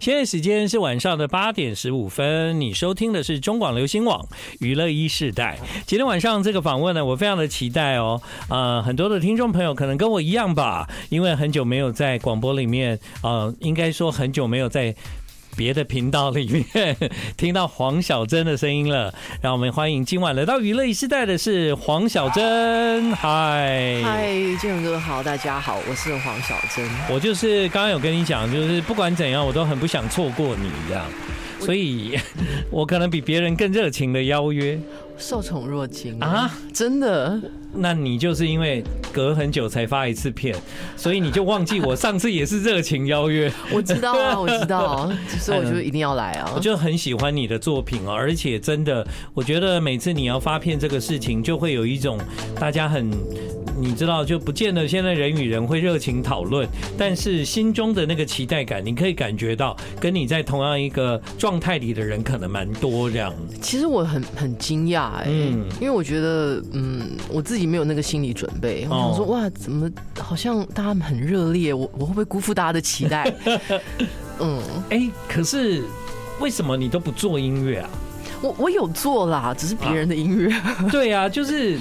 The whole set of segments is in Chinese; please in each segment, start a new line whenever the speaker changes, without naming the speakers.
现在时间是晚上的八点十五分，你收听的是中广流行网娱乐一世代。今天晚上这个访问呢，我非常的期待哦。呃，很多的听众朋友可能跟我一样吧，因为很久没有在广播里面，呃，应该说很久没有在。别的频道里面 听到黄小珍的声音了，让我们欢迎今晚来到娱乐一世代的是黄小珍，
嗨，建荣哥好，大家好，我是黄小珍。
我就是刚刚有跟你讲，就是不管怎样，我都很不想错过你这样，所以我可能比别人更热情的邀约
受宠若惊
啊
啊，。真的，
那你就是因为隔很久才发一次片，所以你就忘记我上次也是热情邀约，
我知道 啊，我知道，所以我就一定要来啊
哎我。就很喜欢你的作品哦，而且真的，我觉得每次你要发片这个事情，就会有一种大家很。你知道，就不见得现在人与人会热情讨论，但是心中的那个期待感，你可以感觉到，跟你在同样一个状态里的人可能蛮多这样。
其实我很很惊讶哎，
嗯
因为我觉得，嗯，我自己没有那个心理准备。
哦
我想说，哇，怎么好像大家很热烈，我我会不会辜负大家的期待？ 嗯，
哎、可是为什么你都不做音乐啊？
我我有做啦，只是别人的音乐。
对啊，就是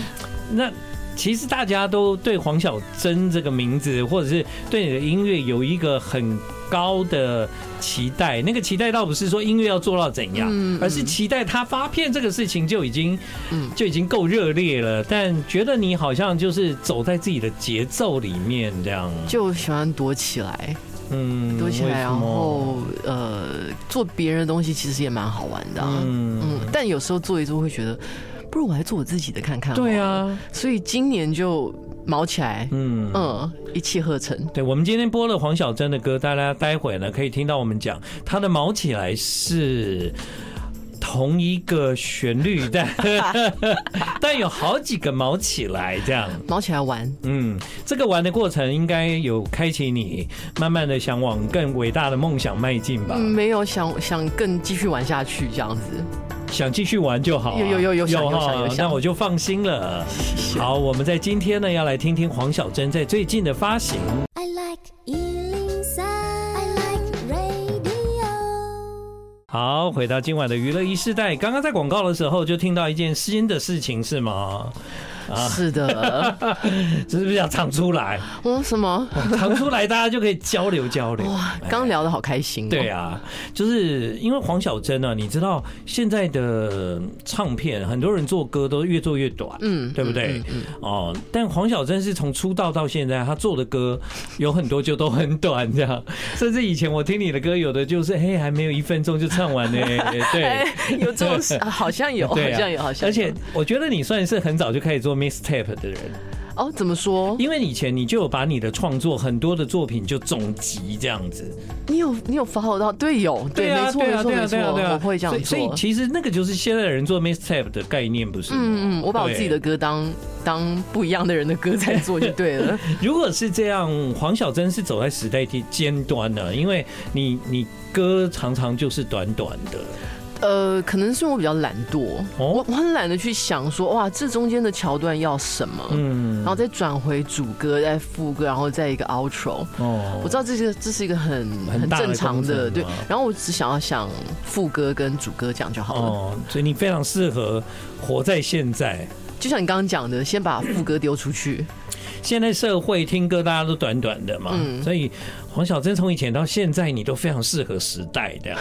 那其实大家都对黄小珍这个名字，或者是对你的音乐有一个很高的期待。那个期待倒不是说音乐要做到怎样，
嗯嗯
而是期待他发片这个事情就已经，
嗯
就已经够热烈了。但觉得你好像就是走在自己的节奏里面这样，
就喜欢躲起来，
嗯，
躲起
为
来，
什
然
么
后呃，做别人的东西其实也蛮好玩的、啊。
嗯，
嗯，但有时候做一做会觉得，不如我来做我自己的看看。
对，啊，
所以今年就毛起来，
嗯。
嗯，一气呵成。
对，我们今天播了黄小珍的歌，大家待会呢可以听到我们讲她的毛起来是同一个旋律， 但但有好几个毛起来这样。
毛起来玩，
嗯，这个玩的过程应该有开启你慢慢的想往更伟大的梦想迈进吧。
嗯，没有想想更继续玩下去这样子。
想继续玩就好啊、
有有有有想有
哈
想有想
那我就放心了。好，我们在今天呢要来听听黄小珍在最近的发行。
I like Ealing Sound. I like radio.
好，回到今晚的娱乐一世代。刚刚在广告的时候就听到一件新的事情，是 吗？啊
是的，
是不是要唱出来？
嗯，什么？
唱哦出来，大家就可以交流交流。
哇，刚聊的好开心、哦。
对，啊，就是因为黄小珍呢、啊，你知道现在的唱片，很多人做歌都越做越短，
嗯
对不对？
嗯
哦，但黄小珍是从出道到现在，她做的歌有很多就都很短，这样。甚至以前我听你的歌，有的就是嘿还没有一分钟就唱 完呢、对
哎。，有 这种事，啊好像有，好
对啊
像有，好像有。
而且我觉得你算是很早就开始做 mistape 的人，
哦，怎么说？
因为以前你就有把你的创作很多的作品就总集这样子。
你有你有 follow 到？对，有，对，
啊
没错，没错，没错，我会这样
所以啊所
做。
以其实那个就是现在人做 mistape 的概念，不是？
嗯嗯，我把我
对
自己的歌当当不一样的人的歌在做就对了。
如果是这样，黄小珍是走在时代的尖端的，因为你你歌常常就是短短的。
呃，可能是我比较懒惰，我
哦，
我很懒得去想说哇，这中间的桥段要什么，
嗯
然，后再转回主歌，再副歌，然后再一个 outro。
哦
我知道这是这是一个很
很大的
正常
工
的
程啊
对
嘛，
然后我只想要想副歌跟主歌讲就好了。
哦，所以你非常适合活在现在。
就像你刚刚讲的，先把副歌丢出去。
现在社会听歌大家都短短的嘛，
嗯
所以黄小珍从以前到现在，你都非常适合时代的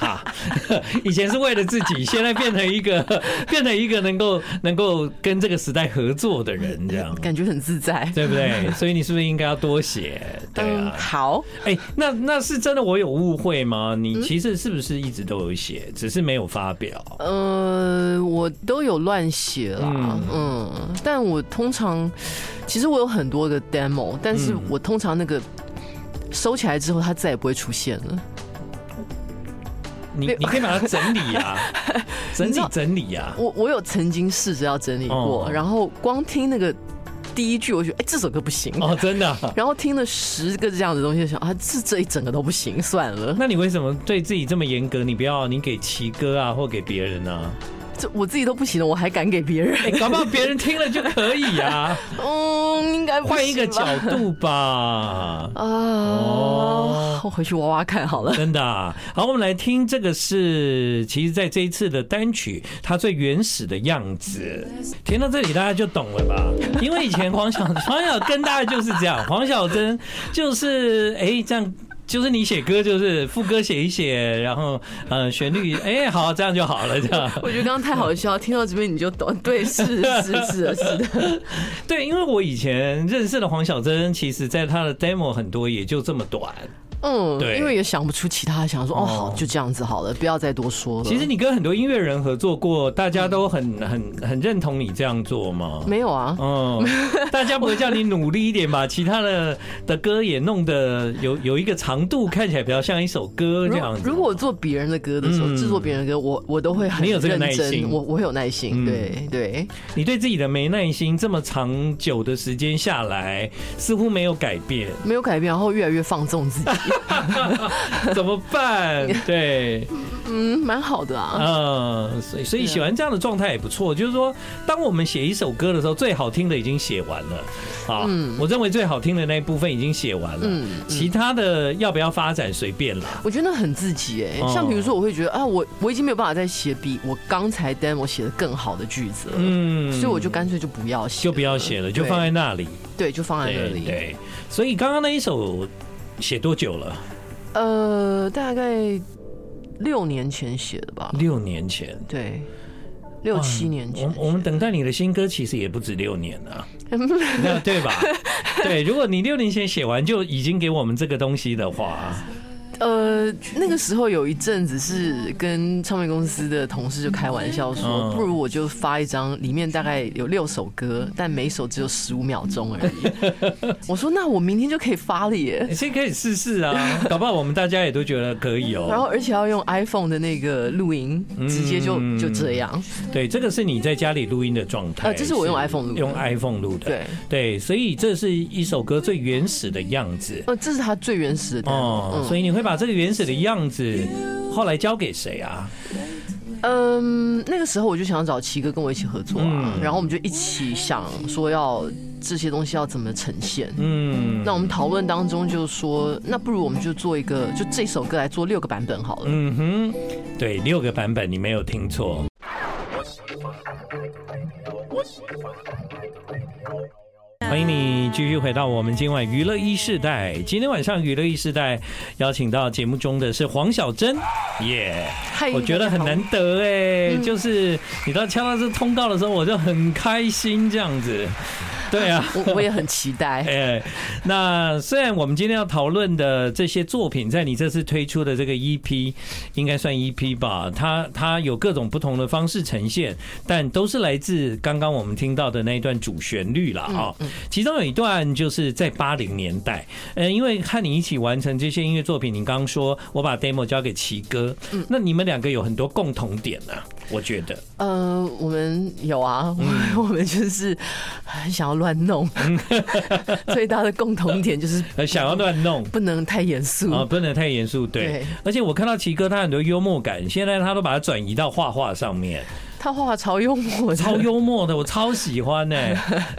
啊。 以前是为了自己，现在变成一个 变成一个能够能够跟这个时代合作的人，这 样
感觉很自在。
对不对？所以你是不是应该要多写？对
嗯，
啊，
好，
哎、那那是真的，我有误会吗？
嗯
你其实是不是一直都有写，只是没有发表？
呃，我都有乱写啦，嗯但我通常其实我有很多个 demo，但是
嗯
我通常那个收起来之后，它再也不会出现了。
你
没有
你可以把它整理 啊，整
你
理
知道
整理啊。
我我有曾经试着要整理过，
哦
然后光听那个第一句，我就觉得哎、这首歌不行。
哦，真的啊、
然后听了十个这样的东西，想啊，这这一整个都不行，算了。
那你为什么对自己这么严格？你不要，你给奇哥啊，或给别人啊？
这我自己都不行了，我还敢给别人？
哎搞不好别人听了就可以啊，
嗯，应该不
换一个
行吧
角度吧。
啊。
哦
我回去挖挖看好了。
真的、啊。好，我们来听这个是，其实在这一次的单曲，它最原始的样子。听到这里，大家就懂了吧？因为以前黄小黄小跟大家就是这样， 黄小珍就是哎、这样。就是你写歌，就是副歌写一写，然后呃旋律，哎、好，这样就好了，这样。
我觉得刚刚太好笑，听到这边你就懂。对，是是是的是的，
对，因为我以前认识的黄小珍，其实在她的 demo 很多也就这么短。
嗯，
对
因为也想不出其他，想说哦，好，就这样子好了，不要再多说了。
其实你跟很多音乐人合作过，大家都很
嗯
很很认同你这样做吗？
没有啊，
嗯，大家不会叫你努力一点，把其他的的歌也弄得有有一个长度，看起来比较像一首歌这
如
样子。
如果我做别人的歌的时候，
嗯
制作别人的歌，我我都会很
你有这
认
个
真，
耐心
我我有耐心，
嗯
对对，
你对自己的没耐心，这么长久的时间下来，似乎没有改 变，
没有改变，然后越来越放 纵自己，
怎么办？对，
嗯，蛮好的啊。
嗯，所以所以
对啊
喜欢这样的状态也不错。就是说，当我们写一首歌的时候，最好听的已经写完了啊，我认为最好听的那一部分已经写完了，
嗯嗯
其他的要不要发展随便啦。
我觉得很自己哎、
哦
像比如说，我会觉得啊，我我已经没有办法再写比我刚才 demo 写的更好的句子了，
嗯
所以我就干脆就不要写
就
了，
不要写了，就
对
放在那里。
对，就放在那
对
里。
对，所以刚刚那一首写多久了？
呃，大概六年前写的吧，
六年前，
对，六七年前
我我们等待你的新歌其实也不止六年了，那对吧？对，如果你六年前写完就已经给我们这个东西的话，
呃，那个时候有一阵子是跟唱片公司的同事就开玩笑说，
嗯
不如我就发一张，里面大概有六首歌，但每首只有十五秒钟而已。 我说那我明天就可以发了耶。
你先可以试试 啊，搞不好我们大家也都觉得可以
然后
哦。
而且要用 iPhone 的那个录音，直接就
嗯
就这样。
对，这个是你在家里录音的状态，
呃这是我用 iPhone 录的
用 iPhone 录的，
对
对，所以这是一首歌最原始的样子。
呃，这是他最原始的。嗯
哦，所
以
以你会把这个原始的样子后来交给谁啊？
嗯，那个时候我就想找奇哥跟我一起合作啊，
嗯
然后我们就一起想说要这些东西要怎么呈现。
嗯
那我们讨论当中就说，那不如我们就做一个，就这首歌来做六个版本好了。
嗯哼，对，六个版本你没有听错。欢迎你继续回到我们今晚娱乐一世代。今天晚上娱乐一世代邀请到节目中的是黄小珍，耶、
嗨
我觉得很难。得哎、
嗯
就是你到敲到这通告的时候，我就很开心这样子。对啊，
我我也很期待。
哎，那虽然我们今天要讨论的这些作品，在你这次推出的这个 EP，应该算 EP 吧，它它有各种不同的方式呈现，但都是来自刚刚我们听到的那一段主旋律啦。啊、其中有一段就是在八零年代，嗯，因为和你一起完成这些音乐作品，你刚刚说我把 demo 交给奇哥，那你们两个有很多共同点呢、啊，我觉得。
呃，我们有啊，
嗯
我们就是很想要乱弄， 最大的共同点就是
呃，想要乱弄，
不能太严肃。
啊、不能太严肃，对。
嗯对
而且我看到奇哥他很多幽默感，现在他都把它转移到画画上面，
他画画超幽默的，
超幽默的，我超喜欢 呢、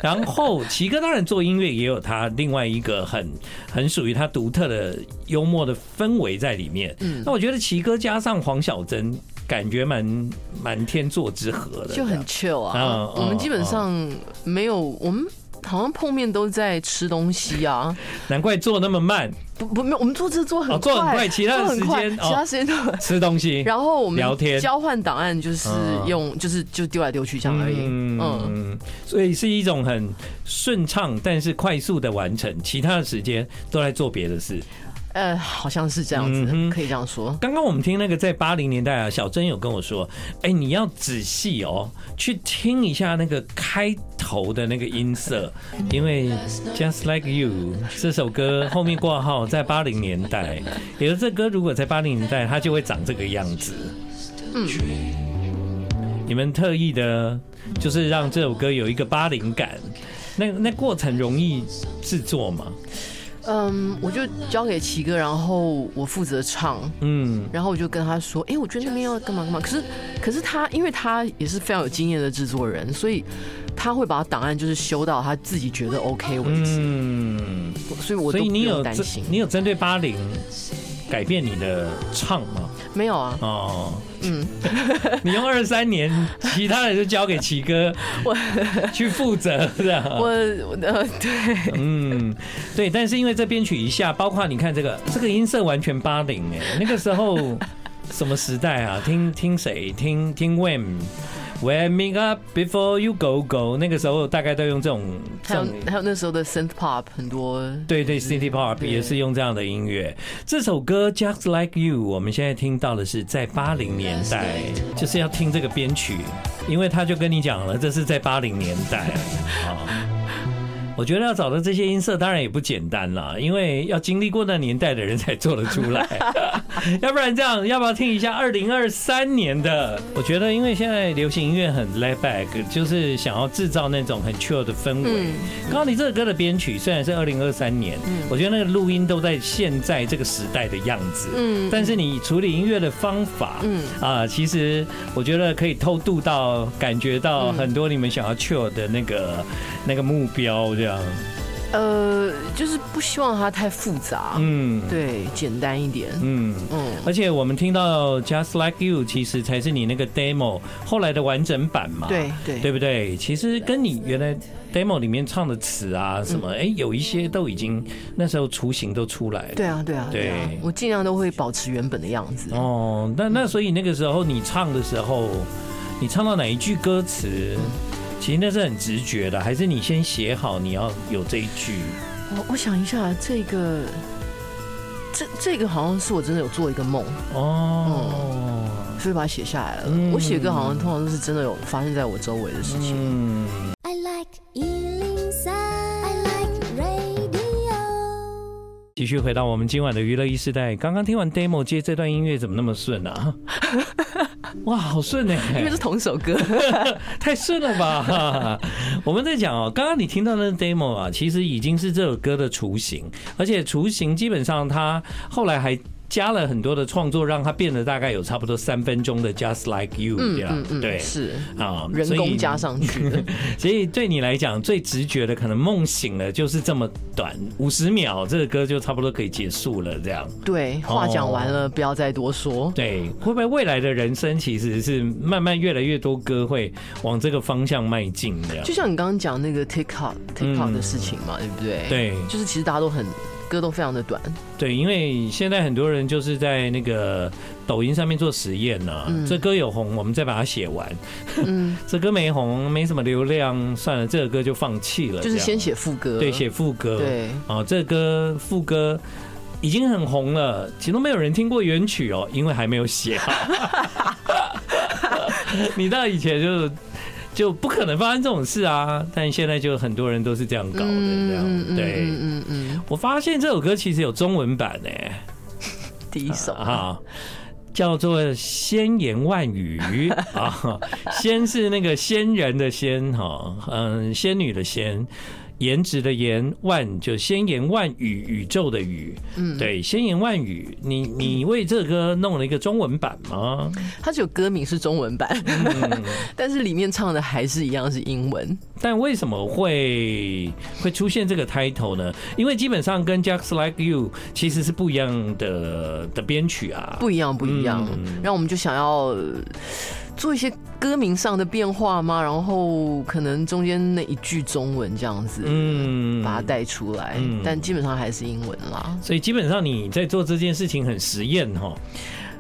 然后奇哥当然做音乐也有他另外一个很很属于他独特的幽默的氛围在里面。
嗯
那我觉得奇哥加上黄小珍，感觉蛮蛮天作之合的，
就很 chill 啊
嗯。
我们基本上没有，我们好像碰面都在吃东西啊。
难怪做那么慢，
不不，没有，我们做这做
哦
很
做很快
快，
其他的
做很
时
快
间哦
其他时 间都很
吃东西。
然后我们
聊天
交换档案，就是
嗯
用、就是就丢来丢去这样而已。嗯
嗯，所以是一种很顺畅但是快速的完成，其他的时间都在做别的事。
呃，好像是这样子，
嗯哼
可以这样说。
刚刚我们听那个在八零年代啊，小珍有跟我说，哎、你要仔细哦，去听一下那个开头的那个音色，因为 Just Like You 这首歌后面挂号在八零年代，也就是这歌如果在八零年代，它就会长这个样子。
嗯，
你们特意的，就是让这首歌有一个八零感。那那过程容易制作吗？
嗯，我就交给奇哥，然后我负责唱，
嗯
然后我就跟他说，哎、我觉得那边要干嘛干嘛。可是，可是他因为他也是非常有经验的制作人，所以他会把档案就是修到他自己觉得 OK 为止，
嗯，
所以我
所
都
以
不
你有
用担
针
心。
你有针对八零改变你的唱吗？
没有啊，
哦，
嗯，
你用二三年，其他的就交给奇 哥 去负责
我
的。
我呃对，
嗯，对，但是因为这编曲一下，包括你看这个，这个音色完全八零哎，那个时 候什么时代啊？听听谁？听听 Wham。Wake up before you go go，那个时候大概都用这种
还
这
有
种嗯
还有那时候的 synth pop 很多，
对对，City Pop
对
也是用这样的音乐。这首歌《Just Like You》，我们现在听到的是在八零年代，就是要听这个编曲，因为他就跟你讲了，这是在八零年代啊。我觉得要找到这些音色，当然也不简单啦，因为要经历过那年代的人才做得出来。要不然这样，要不要听一下二零二三年的？我觉得，因为现在流行音乐很 laid back，就是想要制造那种很 chill 的氛围。刚刚你这个歌的编曲虽然是二零二三年，
嗯
我觉得那个录音都在现在这个时代的样子。
嗯
但是你处理音乐的方法，嗯
嗯
啊、其实我觉得可以偷渡到感觉
嗯
到很多你们想要 chill 的那个那个目标这样。
呃，就是不希望它太复杂，
嗯，
对，简单一点，
嗯。
嗯。
而且我们听到《Just Like You》其实才是你那个 demo 后来的完整版嘛，
对对
啊对不对？其实跟你原来 demo 里面唱的词啊什
嗯
么，哎、有一些都已经那时候雏形都出来了。
对啊，对啊，对啊
对，
我尽量都会保持原本的样子。
哦，那那所以那个时候你唱的时候，你唱到哪一句歌词？其实那是很直觉的，还是你先写好你要有这一句？
哦我我想一下，这个，这这个好像是我真的有做一个梦，
哦，
所以把它写下来了。
嗯
我写歌好像通常都是真的有发生在我周围的事情。
嗯
I like Ealing Sound. I like radio.
继续回到我们今晚的娱乐一时代，刚刚听完 demo 接这段音乐怎么那么顺啊？ 哇，好顺哎、
因为是同首歌，
太顺了 吧！我们在讲哦，刚刚你听到那个 demo 啊，其实已经是这首歌的雏形，而且雏形基本上它后来还。加了很多的创作，让它变得大概有差不多三分钟的 Just Like You 这样，对
是
啊，
嗯人
所以
工加上去的。
所以对你来讲，最直觉的可能梦醒了就是这么短，五十秒，这个歌就差不多可以结束了，这样。
对，话讲完了，不要再多说。
哦对，会不会未来的人生其实是慢慢越来越多歌会往这个方向迈进的？
就像你刚刚讲那个 TikTok TikTok 的事情嘛，对不对？，
嗯对
就是其实大家都很歌都非常的短，
对，因为现在很多人就是在那个抖音上面做实验呢、这歌有红，我们再把它写完；
嗯，
这歌没红，没什么流量，算了，这个歌就放弃了。
就是
这样
先写副歌，
对写副歌，
对
哦，这歌副歌已经很红了，其实都没有人听过原曲哦，因为还没有写好。 你到以前就是就不可能发生这种事啊，但现在就很多人都是这样搞的，这样对。
嗯嗯，
我发现这首歌其实有中文版哎、
第一首
啊，叫做先言万 语啊，先是那个仙人的仙哈，嗯，仙女的仙。颜值的颜，万就先言万语，宇宙的宇，嗯，对，先言万语。你你为这歌弄了一个中文版吗？
它只有歌名是中文版，嗯 但是里面唱的还是一样是英文。
但为什么会会出现这个 title 呢？因为基本上跟 Just Like You 其实是不一样的的编曲啊，
不一样，不一样。然后我们就想要呃做一些歌名上的变化嘛，然后可能中间那一句中文这样子，
嗯
把它带出来，
嗯
但基本上还是英文啦。
所以基本上你在做这件事情很实验 哈，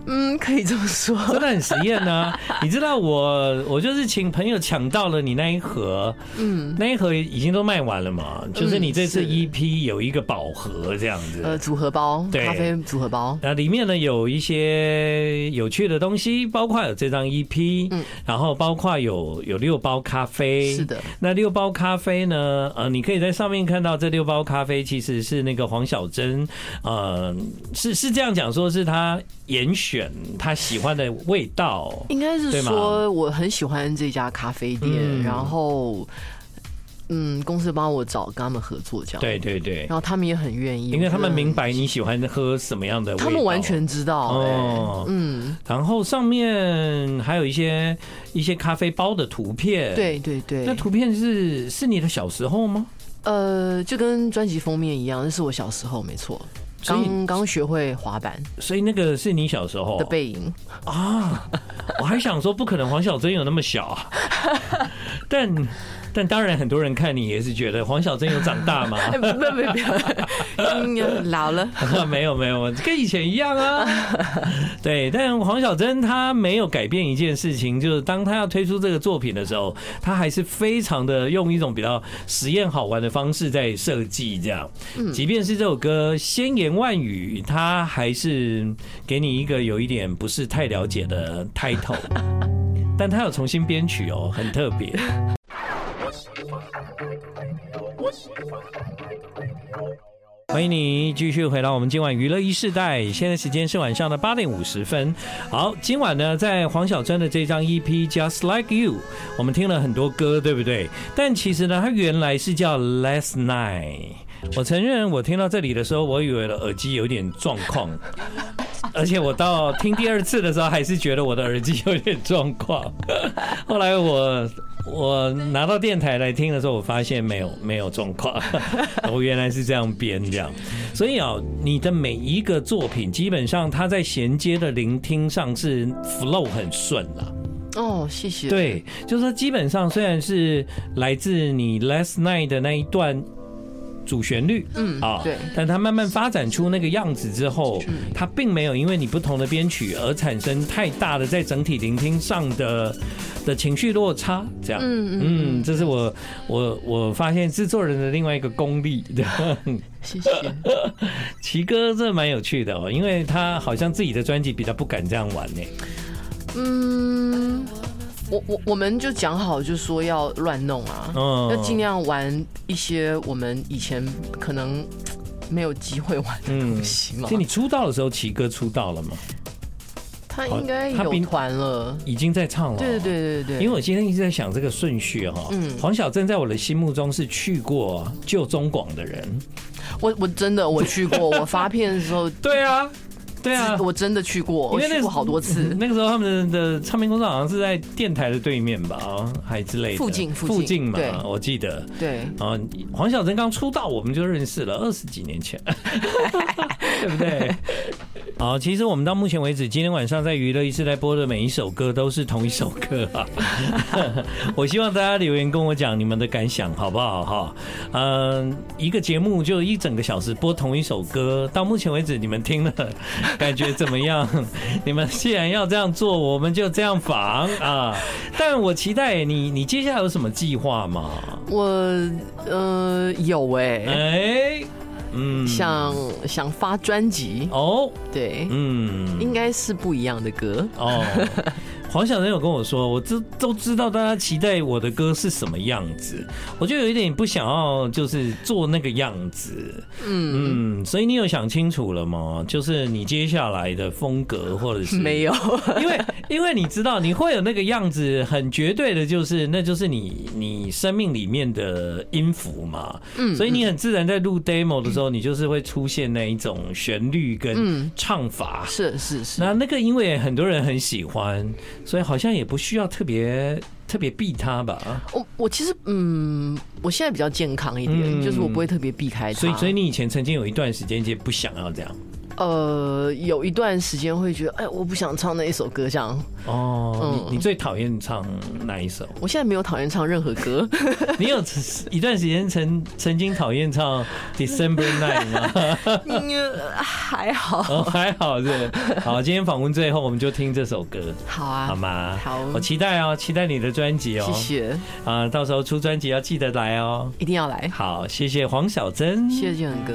嗯，可以这么说。
真的很实验呢、你知道我我就是请朋友抢到了你那一盒，嗯，那一盒已经都卖完了嘛，就是你这次
嗯是
EP 有一个宝盒这样
呃，
子。
组合包，
对
咖啡组合包，
那里面呢有一些有趣的东西，包括有这张 EP，、
嗯
然后包括有有六包咖啡，
是的。
那六包咖啡呢？呃，你可以在上面看到这六包咖啡其实是那个黄小珍，呃，是是这样讲，说是她严选她喜欢的味道。
应该
对
是
吗
说我很喜欢这家咖啡店，
嗯
然后。嗯，公司帮我找跟他们合作这样，
对对对
然，后他们也很愿意，
因为他们明白
我觉
你喜欢喝什么样的味
得，
道，
他们完全知道，
哦
哎嗯，
然后上面还有一些一些咖啡包的图片。，
对对对，
哎那图片是是你的小时候吗？
呃，就跟专辑封面一样，那是我小时候，没错，
所以
刚刚学会滑板
所以那个是你小时候
的背 影，
啊？我还想说，不可能黄小珍有那么小啊。 但但当然，很多人看你也是觉得黄小珍有长大吗？
哎，不不不， 嗯老了，
没有没有，跟以前一样啊。对，但黄小珍她没有改变一件事情，就是当她要推出这个作品的时候，她还是非常的用一种比较实验好玩的方式在设计这样。即便是这首歌千言万语，她还是给你一个有一点不是太了解的 title。但她有重新编曲哦，很特别。欢迎你继续回到我们今晚娱乐一世代，现在时间是晚上的八点五十分。好，今晚呢，在黄小珍的这张 EP《Just Like You》，我们听了很多歌，对不对？但其实呢，它原来是叫《Last Night》。我承认，我听到这里的时候，我以为了耳机有点状况， 而且我到听第二次的时候，还是觉得我的耳机有点状况。 后来我我拿到电台来听的时候，我发现没有没有状况， 我哦原来是这样编这样。所以啊，你的每一个作品，基本上它在衔接的聆听上是 flow 很顺啦。
哦，谢谢，，
对，就是说基本上虽然是来自你 last night 的那一段主旋律，
嗯
啊，
对
但它慢慢发展出那个样子之后，它并没有因为你不同的编曲而产生太大的在整体聆听上的的情绪落差，这样，
嗯嗯，
嗯，这是我我我发现制作人的另外一个功力。
谢谢，
奇哥这蛮有趣的哦，因为他好像自己的专辑比较不敢这样玩呢。
嗯，我我我们就讲好，就说要乱弄啊，
嗯
要尽量玩一些我们以前可能没有机会玩的
嗯
东西嘛
所以，你出道的时候，奇哥出道了吗？
他应该
他比
有团了，
已经在唱了哦。
对对对对
因
对，
为我今天一直在想这个顺序哈、
嗯
黄小珍在我的心目中是去过旧中广的人。
我我真的我去过，我发片的 时候。
对啊，对啊，
我真的去过，
因
我
为那
去过好多次。
嗯那个时候他们的唱片公司好像是在电台的对面吧，啊，还之类的
附近附近
附近嘛
对，
我记得。
对，
啊，黄小珍刚出道我们就认识了，二十几年前，对不对？好，其实我们到目前为止，今天晚上在娱乐一次在播的每一首歌都是同一首歌啊。 我希望大家留言跟我讲你们的感想，好不好？哈，嗯，一个节目就一整个小时播同一首歌，到目前为止你们听了感觉怎么样？ 你们既然要这样做，我们就这样仿啊。但我期待你，你接下来有什么计划吗？
我呃有哎、
哎，嗯，
想想发专辑，
哦，
对，
嗯，
应该是不一样的歌。
哦，黄小珍有跟我说，我知都知道大家期待我的歌是什么样子，我就有一点不想要，就是做那个样子，嗯嗯，所以你有想清楚了吗？就是你接下来的风格，或者是
没 有，
因为因为你知道你会有那个样子，很绝对的，就是那就是你你生命里面的音符嘛。嗯，所以你很自然在录 demo 的时候，你就是会出现那一种旋律跟唱法。
是是是，
那那个因为很多人很喜欢，所以好像也不需要特别特别避它吧。
我我其实嗯，我现在比较健康一点，
嗯
就是我不会特别避开它。
所以所以你以前曾经有一段时间就不想要这样
呃，有一段时间会觉得，哎，我不想唱那一首歌，这样。
哦。
嗯
你你最讨厌唱哪一首？
我现在没有讨厌唱任何 歌，
你有一段时间曾曾经讨厌唱 December Night 吗？
嗯还好，
哦，还好是。好，今天访问最后我们就听这首歌，
好
好
啊，
吗？
好
我期待哦，期待你的专辑哦
谢。谢，
啊，到时候出专辑要记得来哦。
一定要来，
好，谢谢黄小珍。
谢谢建恒哥。